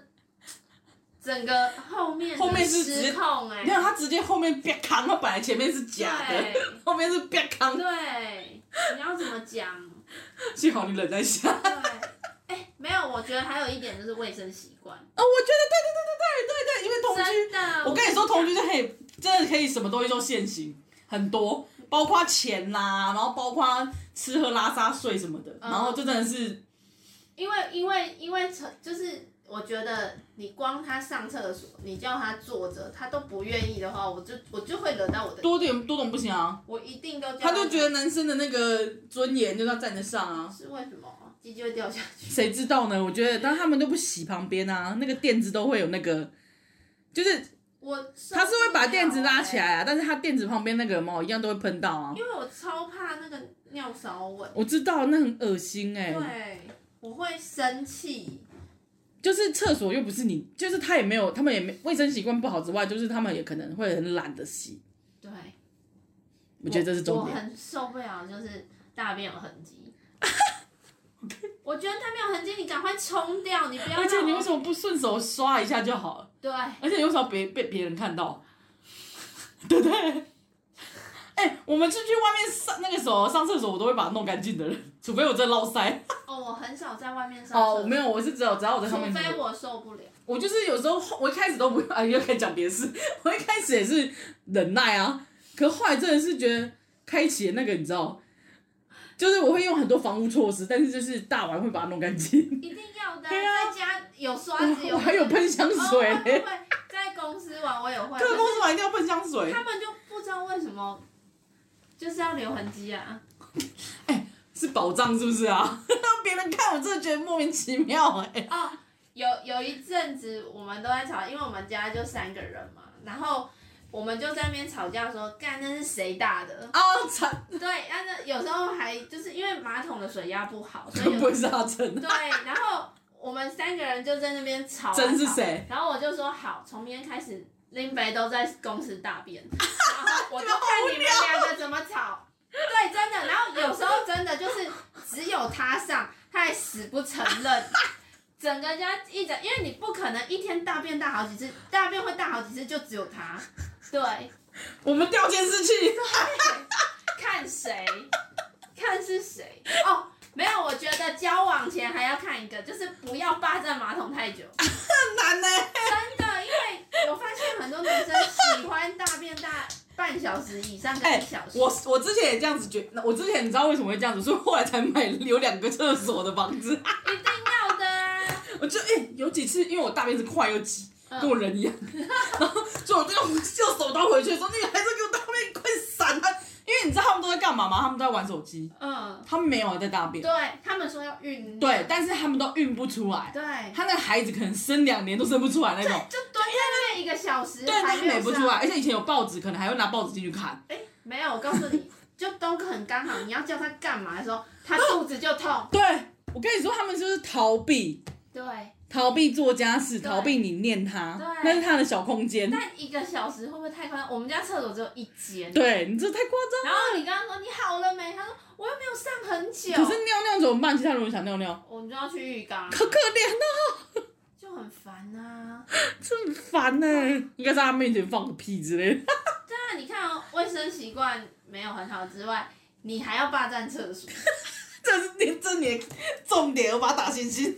整个后面后面是直失控哎、没有他直接后面别扛，他本来前面是假的，对后面是别扛，对，你要怎么讲？幸好你忍在下。对，哎、没有，我觉得还有一点就是卫生习惯，啊，我觉得对对对对对对对，因为同居真的， 我跟你说，同居真的可以，真的可以什么东西都现行，很多，包括钱啦，然后包括吃喝拉撒睡什么的，嗯然后这真的是，因为因为因为成就是我觉得你光他上厕所，你叫他坐着，他都不愿意的话，我就我就会惹到我的，多点多种不行啊。我一定都叫他就觉得得男生的那个尊严就是要站得上啊，是为什么鸡鸡会掉下去，谁知道呢？我觉得，但他们都不洗旁边啊，那个垫子都会有那个，就是我他是会把垫子拉起来。来啊，但是他垫子旁边那个毛一样都会喷到啊。因为我超怕那个尿骚味，我知道那很恶心哎、对，我会生气。就是厕所又不是你，就是他也没有，他们也没卫生习惯不好之外，就是他们也可能会很懒得洗。对，我觉得这是重我点。很受不了，就是大便有痕迹。 我觉得大便有痕迹，你赶快冲掉，你不要让我。而且你为什么不顺手刷一下就好了？对，而且你为什么别被别人看到？ 对不对？哎、我们出去外面上那个时候上厕所，我都会把它弄干净的人，除非我在落塞。哦，我很少在外面上厕哦，所，没有，我是只有只要我在上面除上非我我受不了。就是有时候我一开始都不啊，又开始讲别的事。我一开始也是忍耐啊，可后来真的是觉得开启了那个，你知道，就是我会用很多防护措施，但是就是大完会把它弄干净。一定要的，对在啊家有刷子，我还有喷香哦水、会 会会在公司玩我也会，各个公司玩一定要喷香水。他们就不知道为什么就是要留痕迹啊。是保障是不是啊？让别人看我真的觉得莫名其妙哎、哦，有有一阵子我们都在吵，因为我们家就三个人嘛，然后我们就在那边吵架说，干那是谁打的？ 哦，惨，对，但是有时候还就是因为马桶的水压不好，所以不有会是阿珍啊对，然后我们三个人就在那边吵啊，真是吵谁？然后我就说好，从明天开始林北都在公司大便，然后我就看你们两个怎么吵。对，真的。然后有时候真的就是只有他上，他还死不承认。整个家一整，因为你不可能一天大便大好几次，大便会大好几次，就只有他。对，我们掉监视器，看谁，看是谁哦。没有，我觉得交往前还要看一个，就是不要霸占马桶太久。很难呢。欸真的，因为我发现很多女生喜欢大便大半小时以上跟哎、一小时。我我之前也这样子觉那我之前你知道为什么会这样子，所以后来才买有两个厕所的房子。一定要的啊！ 我就哎、有几次因为我大便是快又急，嗯跟我人一样， 然后所以我就用就手刀回去说：“你还是给我大便快闪啊！”因为你知道他们都在干嘛吗？他们都在玩手机，嗯，他们没有在大便，对他们说要酝酿，对，但是他们都运不出来。对，他那个孩子可能生两年都生不出来那种，就蹲在那边一个小时，对，他还没美有不上出来，。而且以前有报纸，可能还会拿报纸进去看。哎，没有，我告诉你，就都很刚好。你要叫他干嘛的时候，他肚子就痛。对，我跟你说，他们就是逃避，对，逃避做家事，对逃避你念他对，那是他的小空间。但一个小时会不会太夸张？我们家厕所只有一 间。对你这太夸然后你刚刚说你好了没？他说我又没有上很久。张，可是尿尿怎么办？其他人想尿尿，我们就要去浴缸，好可怜哦，就很烦啊。这很烦呢、应该在他面前放个屁之类的。那你看哦，卫生习惯没有很好之外，你还要霸占厕 所， 这是你这年重点，我把它打星星。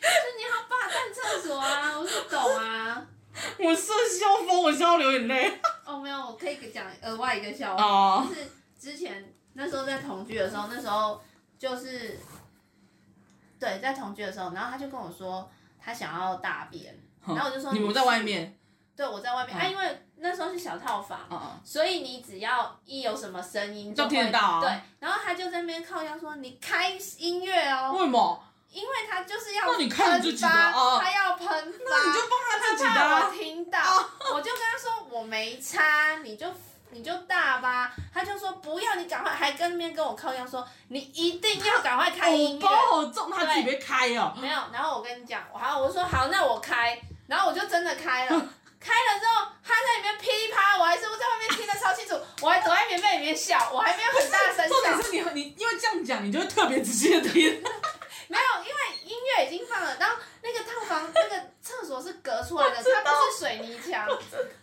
就你要霸占厕所啊！我不懂啊。 我是笑疯，我笑到流眼泪。哦，没有，我可以讲额外一个笑话， 哦就是之前那时候在同居的时候，那时候就是对在同居的时候，然后他就跟我说他想要大便，然后我就说你们在外，面对我在外面，嗯啊，因为那时候是小套房，啊，所以你只要一有什么声音就会听得到啊对，然后他就在那边靠腰说：“你开音乐哦。”为什么？因为他就是要那你看你自喷己的发，哦他要喷发，那你就帮他自己的怕啊我。听到， 我就跟他说我没擦，你就你就大吧。他就说不要，你赶快，还跟那边跟我靠腰说你一定要赶快开音藕乐，哦包好重，他自己没开哦。没有。然后我跟你讲，我好，我就说好，那我开，然后我就真的开了。开了之后，他在里面噼里啪啦，我还是在外面听得超清楚，我还躲在棉被里面笑，我还没有很大声重笑点。是你，你因为这样讲，你就会特别仔细的听。没有，因为音乐已经放了，然后那个套房那个厕所是隔出来的，知道它不是水泥墙，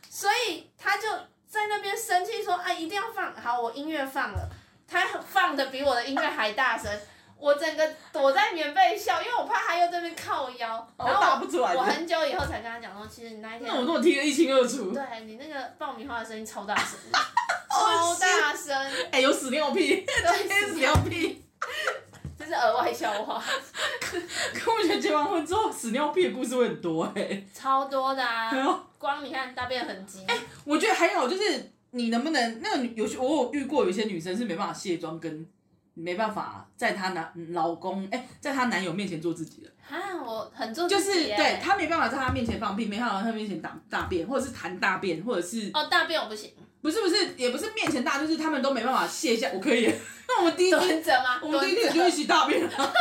所以他就在那边生气说：“啊，一定要放好，我音乐放了，他放的比我的音乐还大声。”我整个躲在棉被笑，因为我怕他又在那边靠腰，哦然后打不出来我很久以后才跟他讲说，其实你那一天那我都听得一清二楚。对你那个爆米花的声音超大声， 超大声，哎、有屎 尿屁，哦今天对，屎尿屁。这是额外笑话， 可我觉得结完婚之后，屎尿屁的故事会很多哎、超多的 啊哎呦！光你看大便痕迹，我觉得还有就是，你能不能那个女有些我有遇过有些女生是没办法卸妆跟。没办法在她男老公哎、在她男友面前做自己的，啊，我很做就自是己耶哎对她没办法在他面前放屁，没办法在他面前大大便，或者是谈大便，或者是哦，大便我不行，不是不是也不是面前大，就是他们都没办法卸下。我可以， 那我们第一天蹲着吗？我蹲们第一天就着，一起大便了，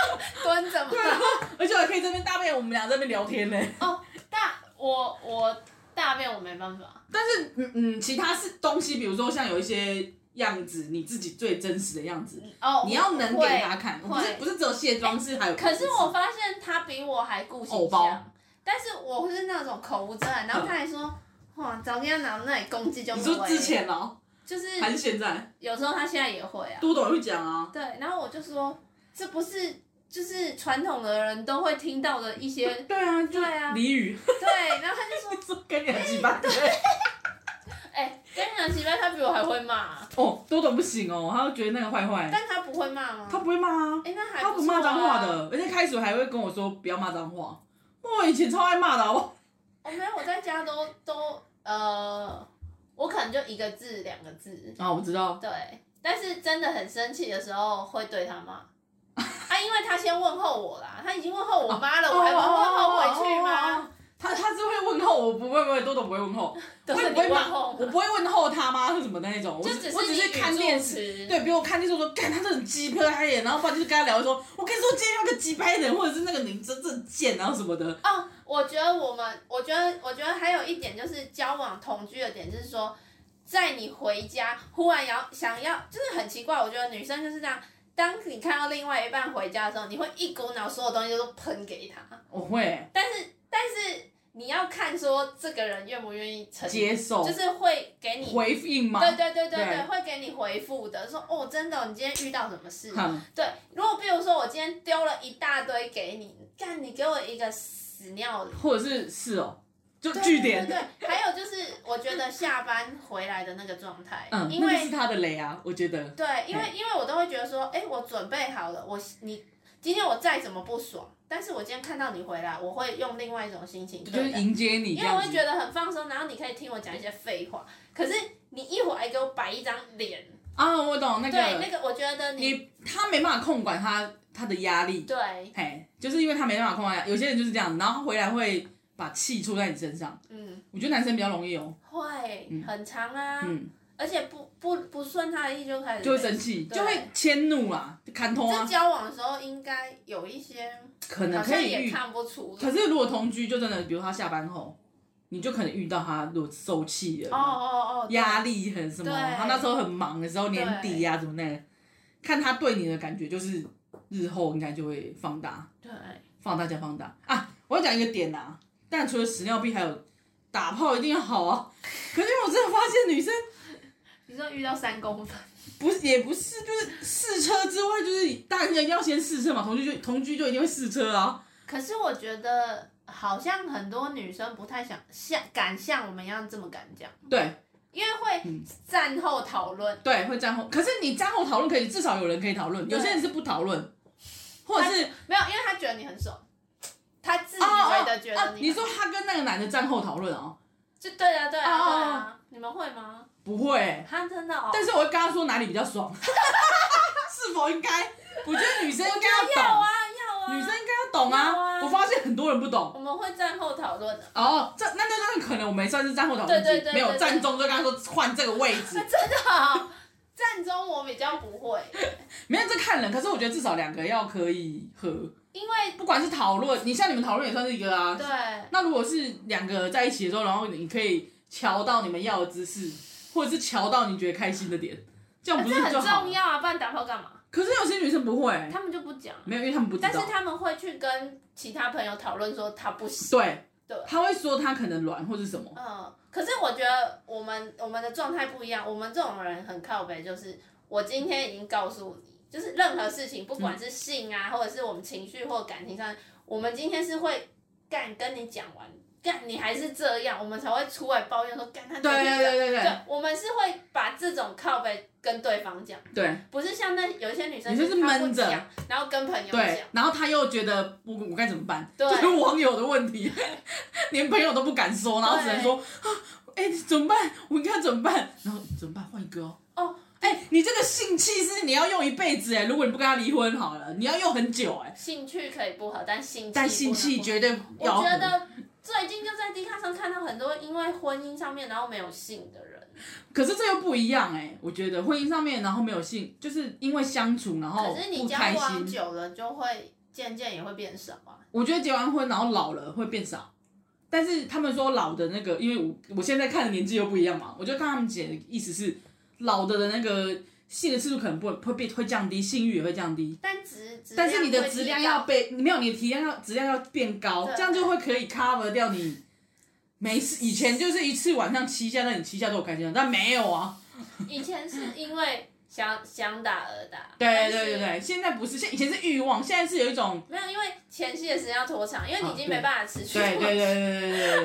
蹲着吗？啊而且还可以这边大便，我们俩在那边聊天呢。哦，大我我大便我没办法，但是嗯嗯，其他是东西，比如说像有一些样子，你自己最真实的样子，哦，你要能给他看，会不是会不是只有卸妆，是还有。可是我发现他比我还顾偶形包象，但是我是那种口无遮拦，然后他还说。哇，早跟他拿那里攻击就嗯你没说味之前哦，就是还是现在？有时候他现在也会啊，多多也会讲啊，对，然后我就说这不是就是传统的人都会听到的一 些，对啊，就对啊俚 语，对，啊然后他就说说跟你很鸡巴。哎，跟你讲，奇怪，他比我还会骂，哦，多多不行哦，他会觉得那个坏坏，但他不会骂吗？他不会骂啊，哎、那还他不不骂脏话错啊。的，而且开始还会跟我说不要骂脏话。我以前超爱骂的，哦，我、没有，我在家都都呃，我可能就一个字两个字，啊，我知道，对。但是真的很生气的时候会对他骂，啊，因因为他先问候我啦，他已经问候我妈了，哦我还不问候回去哦哦哦吗？他他是会问候，我不会不会，多多不会问候，都我是也你不会问骂，候我，不会问候他吗？是什么那一种？我就只只我是只你是看电视，视，对，比如我看电视我说，干他这很鸡掰耶，然后不然就是跟他聊说，我跟你说今天那个鸡掰人，或者是那个你真正贱，然后什么的，哦，我觉得我们，我觉得，我觉得还有一点就是交往同居的点，就是说，在你回家忽然要想要，就是很奇怪。我觉得女生就是这样，当你看到另外一半回家的时候，你会一股脑所有东西都喷给他，我会但是，但是你要看说这个人愿不愿意承接受就是会给你。回应吗？对对对对对，对会给你回复的，说哦，真的哦，你今天遇到什么事？哼对，如果比如说我今天丢了一大堆给你，干你给我一个屎尿脸，或者是是哦，就对 据点，对对对，还有就是我觉得下班回来的那个状态，嗯，因那个是为他的雷啊，我觉得。对，因为因为我都会觉得说，哎、我准备好了，我你今天我再怎么不爽，但是我今天看到你回来，我会用另外一种心情就对是待，迎接你因这为我样会子，觉得很放松，然后你可以听我讲一些废话，可是你一会儿还给我摆一张脸，啊，我懂那对，个，那个我觉得你你他没办法控管他他的压力，对，哎，就是因为他没办法控管，有些人就是这样，然后回来会把气出在你身上。嗯，我觉得男生比较容易哦，会嗯很长啊，嗯，而且不不不顺他的意就开始就会生气，对就会迁怒啦，砍头这啊，交往的时候应该有一些，可能好可像以也遇。看不出。可是如果同居，就真的，比如他下班后，你就可能遇到他如果受气了，哦哦哦，对压力很什么，对他那时候很忙的时候，年底呀、啊、怎么那个，看他对你的感觉，就是日后应该就会放大，对，放大加放大啊！我要讲一个点啊，但除了屎尿屁，还有打炮一定要好啊。可是我真的发现女生你说遇到三公分，不是也不是，就是试车之外，就是大家要先试车嘛，同居就同居就一定会试车啊。可是我觉得好像很多女生不太想像敢像我们一样这么敢讲，对因为会嗯战后讨论，对，会站后，可是你站后讨论可以，至少有人可以讨论，对有些人是不讨论，或者是没有，因为他觉得你很爽，他自以哦哦为的觉啊得你你很说他跟那个男的站后讨论哦。就对啊对啊哦对啊，你们会吗？不会、欸，他真的哦，但是我会跟他说哪里比较爽， 是否应该？我觉得女生应该要懂，要啊要啊，女生应该要懂要啊啊。我发现很多人不懂。我们会战后讨 论的，哦，这那那那可能我们也算是站后讨论机，对对对对没有对站中就跟他说换这个位置那，真的哦。战中我比较不会，没有这看人。可是我觉得至少两个要可以合，因为不管是讨论，你像你们讨论也算是一个啊。对。那如果是两个在一起的时候，然后你可以瞧到你们要的姿势，或者是瞧到你觉得开心的点，这样啊不这是很就好？重要啊，不然打炮干嘛？可是有些女生不会、他们就不讲，没有，因为他们不知道。但是他们会去跟其他朋友讨论说他不行。对，对他会说他可能软或是什么，嗯，可是我觉得我们我们的状态不一样，我们这种人很靠北，就是我今天已经告诉你，就是任何事情，不管是性啊，或者是我们情绪或感情上，我们今天是会干跟你讲完。干你还是这样，我们才会出来抱怨说干他对对对对对对，我们是会把这种靠背跟对方讲，对不是像那有一些女生你就是她不闷着讲，然后跟朋友讲对，，然后他又觉得我我该怎么办，对就是网友的问题， 连朋友都不敢说，然后只能说啊，哎、怎么办？我应该怎么办？然后怎么办？换一个哦。哦，哎、你这个性气是你要用一辈子哎、如果你不跟他离婚好了，你要用很久哎、兴趣可以不合，但性但性气绝。绝对我要。觉得最近就在 D 卡上看到很多因为婚姻上面然后没有性的人，可是这又不一样哎、我觉得婚姻上面然后没有性，就是因为相处然后可是你不交开往心。久了就会渐渐也会变少啊。我觉得结完婚然后老了会变少，但是他们说老的那个，因为我我现在看的年纪又不一样嘛，我就看他们姐的意思是老的的那个性的次数可能不会变会降低，性欲也会降低，但质质但是你的会质提量高要被没有你的体量要质量要变高，对这样就会可以 cover 掉你。没事，以前就是一次晚上七下，那你七下都有开心，但没有啊。以前是因为想想打而打，对但是对对对，现在不是，现以前是欲望，现在是有一种没有因为前戏的时间要拖长，因为你已啊经对没办法持续。对对对对对对对对，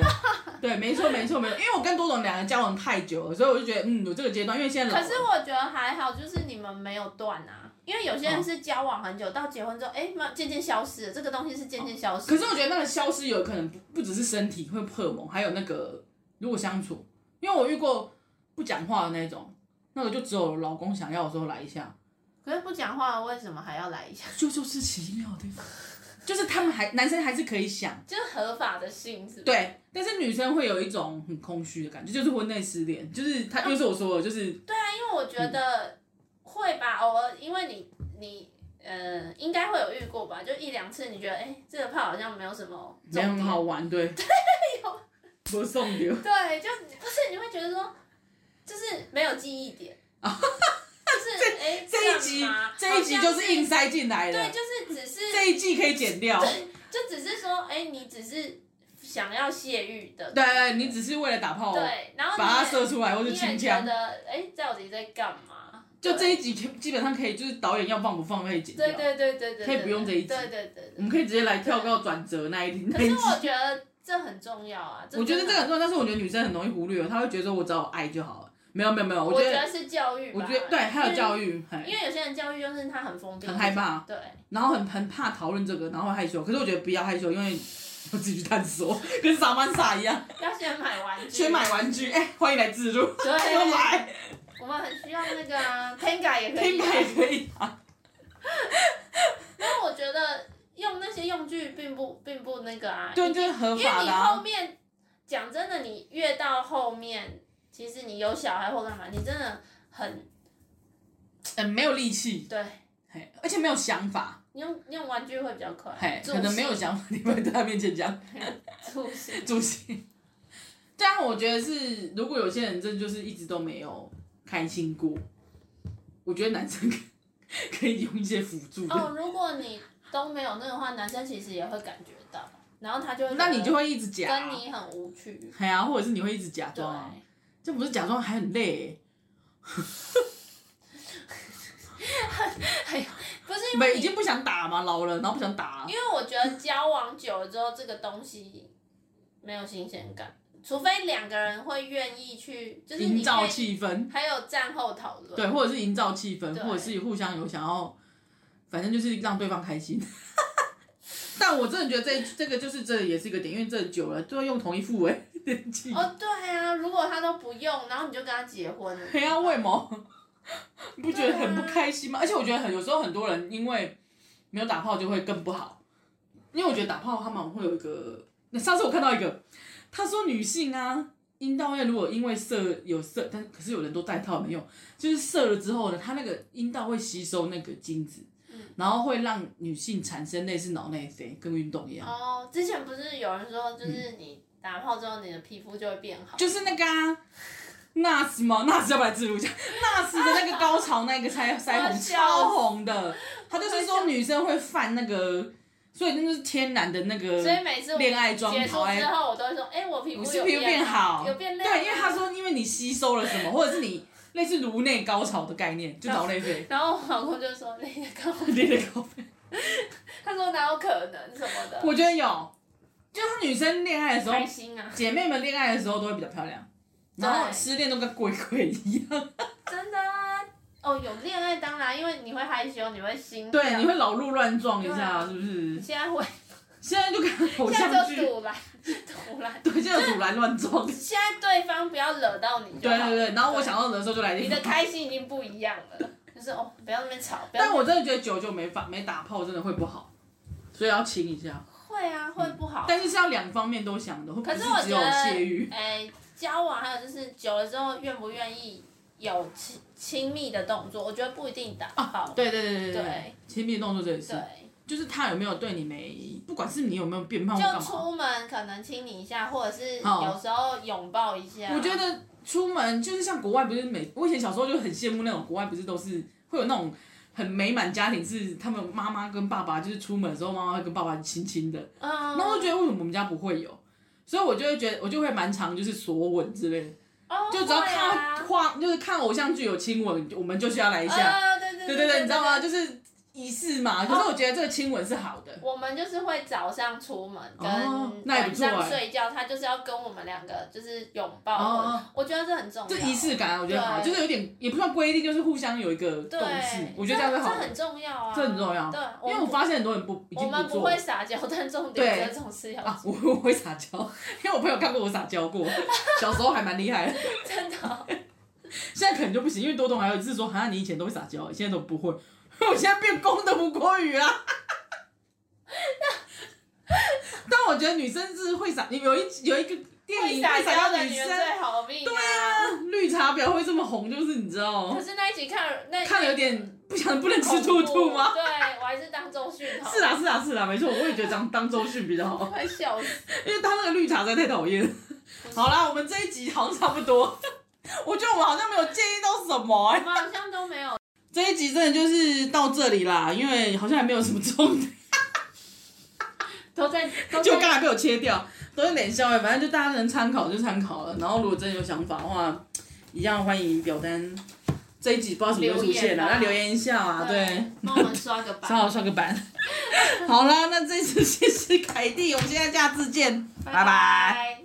对，没错没错没错，因为我跟多总两个交往太久了，所以我就觉得，嗯，有这个阶段，因为现在老可了是我觉得还好，就是你们没有断啊，因为有些人是交往很久，到结婚之后，哎、慢渐渐消失了，这个东西是渐渐消失。可是我觉得那个消失有可能不不只是身体会荷尔蒙，还有那个如果相处，因为我遇过不讲话的那种，那个就只有老公想要的时候来一下，可是不讲话，为什么还要来一下？就就是奇妙的地方，就是他们还男生还是可以想，就是合法的性是吧？，对，但是女生会有一种很空虚的感觉，就是婚内失恋，就是他就是我说的，就是因为我觉得会吧，偶尔因为你你呃应该会有遇过吧，就一两次你觉得哎、这个炮好像没有什么重没有点很好玩，对，对，不送丢，对，就不是你会觉得说就是没有记忆 点，就是哎、这一集干嘛这一集好就像是硬塞进来对，的，就是只是这一季可以剪掉， 就只是说哎、你只是想要泄欲的，对对，你只是为了打炮，对，然后你把它也射出来或你是也清觉枪，得哎、这到底在干嘛？就这对一集可以基本上可以，就是导演要放不放可以剪掉，对对对对对，可以不用这一集嗯对对对我对。们可以直接来跳到转折那一那可一是集。我觉得这很重要啊，我觉得这个很真的，重要，但是我觉得女生很容易忽略，哦她会觉得说我只要有爱就好了。没有没有没有，我觉得是教育吧，我觉得对，还有教育，育，嘿因为有些人教育就是他很封闭，很害怕，对，然后很很怕讨论这个，然后会害羞。可是我觉得不要害羞，因为我自己去探索，跟萨曼莎一样，要先买玩具，先买，玩具。哎、欢迎来自助，哎对， 又来，我们很需要那个啊 Tenga 也可听以啊，牌也可以啊。因为我觉得用那些用具并不并不那个啊，对，就是合因为法你的、后啊。面讲真的，你越到后面，其实你有小孩或干嘛，你真的很嗯，没有力气，对，嘿，而且没有想法，你用你用玩具会比较快，嘿，助可能兴没有想法，你会在他面前讲助兴，助兴。对啊，我觉得是，如果有些人真的就是一直都没有开心过，我觉得男生可可以用一些辅助的。哦，如果你都没有那个话，男生其实也会感觉到，然后他就会那你就会会一直假、跟你很无趣，哎呀，或者是你会一直假对装啊，这不是假装还很累欸、不是因没为已你经不想打嘛，老了然后不想打因，为我觉得交往久了之后，这个东西没有新鲜感，除非两个人会愿意去，就是你营造愿意气氛，还有战后讨论，对，或者是营造气氛，对或者是互相有想要，反正就是让对方开心。 但我真的觉得这这个就是这也是一个点，因为这久了都要用同一副哎、年纪，哦，对啊，如果他都不用，然后你就跟他结婚了，黑暗为毛？你不觉得很不对啊开心吗？而且我觉得很有时候很多人因为没有打炮就会更不好，因为我觉得打炮他们会有一个，那上次我看到一个，他说女性啊阴道内如果因为射有射，但可是有人都戴套没用，就是射了之后呢，它那个阴道会吸收那个精子，嗯然后会让女性产生类似脑内啡，跟运动一样，哦，之前不是有人说，就是你打炮之后，你的皮肤就会变好，嗯就是那个啊。NAS 吗？NAS 要不要来自录一下？NAS 的那个高潮那个腮腮我红笑超红的，他就是说女生会犯那个，所以那就是天然的那个。所以每次我恋爱妆结束跑来之后，我都会说，哎、我皮肤你是有皮肤变好，有变亮啊，，对，因为他说，因为你吸收了什么，或者是你类似颅内高潮的概念，就脑内 啡然后我老公就说那个 高，颅内高啡。他说哪有可能什么的，我觉得有，就是女生恋爱的时候开，心啊，姐妹们恋爱的时候都会比较漂亮，然后对失恋都跟鬼鬼一样，真的啊，哦，有恋爱当然，因为你会害羞，你会心跳，对，你会老路乱撞一下，啊对啊是不是？现在会，现在就看偶现像在剧就，堵来 堵 来，对，现在有阻拦乱撞，对现在对方不要惹到你就好，对对，然后我想到的时候就来你的开心已经不一样了，就是哦，不要那边吵，不要那但边我真的觉得久久没发没打炮真的会不好，所以要亲一下。会啊，会不好。嗯但是是要两方面都想的，会不可是是我只觉有得泄欲，。哎、交往还有就是久了之后愿不愿意有亲亲密的动作，我觉得不一定打炮。啊对对对对对，亲密动作这也是，对，就是他有没有对你没，不管是你有没有变胖或就啊干嘛，出门可能亲你一下，或者是哦有时候拥抱一下。我觉得出门就是像国外不是每，我以前小时候就很羡慕那种国外不是都是会有那种很美满家庭，是他们妈妈跟爸爸就是出门的时候，妈妈会跟爸爸亲亲的，嗯，那我就觉得为什么我们家不会有？所以我就会觉得，我就会蛮常就是索吻之类的，哦就只要会啊看到画，就是看偶像剧有亲吻，我们就是要来一下。啊对对对对对对，你知道吗？？就是仪式嘛。可是我觉得这个亲吻是好的，我们就是会早上出门跟哦那也不晚错上哎睡觉，他就是要跟我们两个就是拥哦抱哦，我觉得这很重要。这仪式感啊我觉得好，对就是有点也不算规定，就是互相有一个对共识，，我觉得这样是这好这的很，重要啊，这很重要对，因为我们发现很多人不已我经们不做会撒娇，但重对点这种事要啊，我 我会撒娇，因为我朋友看过我撒娇过，小时候还蛮厉害的。真的哦。现在可能就不行，因为多多还有一次说，好像你以前都会撒娇，现在都不会。 我现在变公的吴国语啊。 但我觉得女生是会撒，有一有一个电会影撒会撒娇娇的女女人生，最好命、啊。对啊，绿茶婊会这么红，就是你知道 可，是那一集看那看了有点不想不能恐吃怖兔兔吗？对，我还是当周迅好。是，啊是啊是啊，没错，我也觉得当当周迅比较好。 快笑死！因为他那个绿茶实在太讨厌。 好啦，我们这一集好像差不多， 我觉得我们好像没有建议到什么、我哎们好像都没有，这一集真的就是到这里啦，因为好像也没有什么重点，都在都 就刚在才被我切掉，都有点笑哎、反正就大家能参考就参考了，然后如果真的有想法的话，一样欢迎表单。这一集不知道什么时候出留言现了，吧那留言一下啊，对。，帮我们刷 个正版，好上个班。好啦，那这次谢谢凯蒂，我们现在下次见，拜拜拜。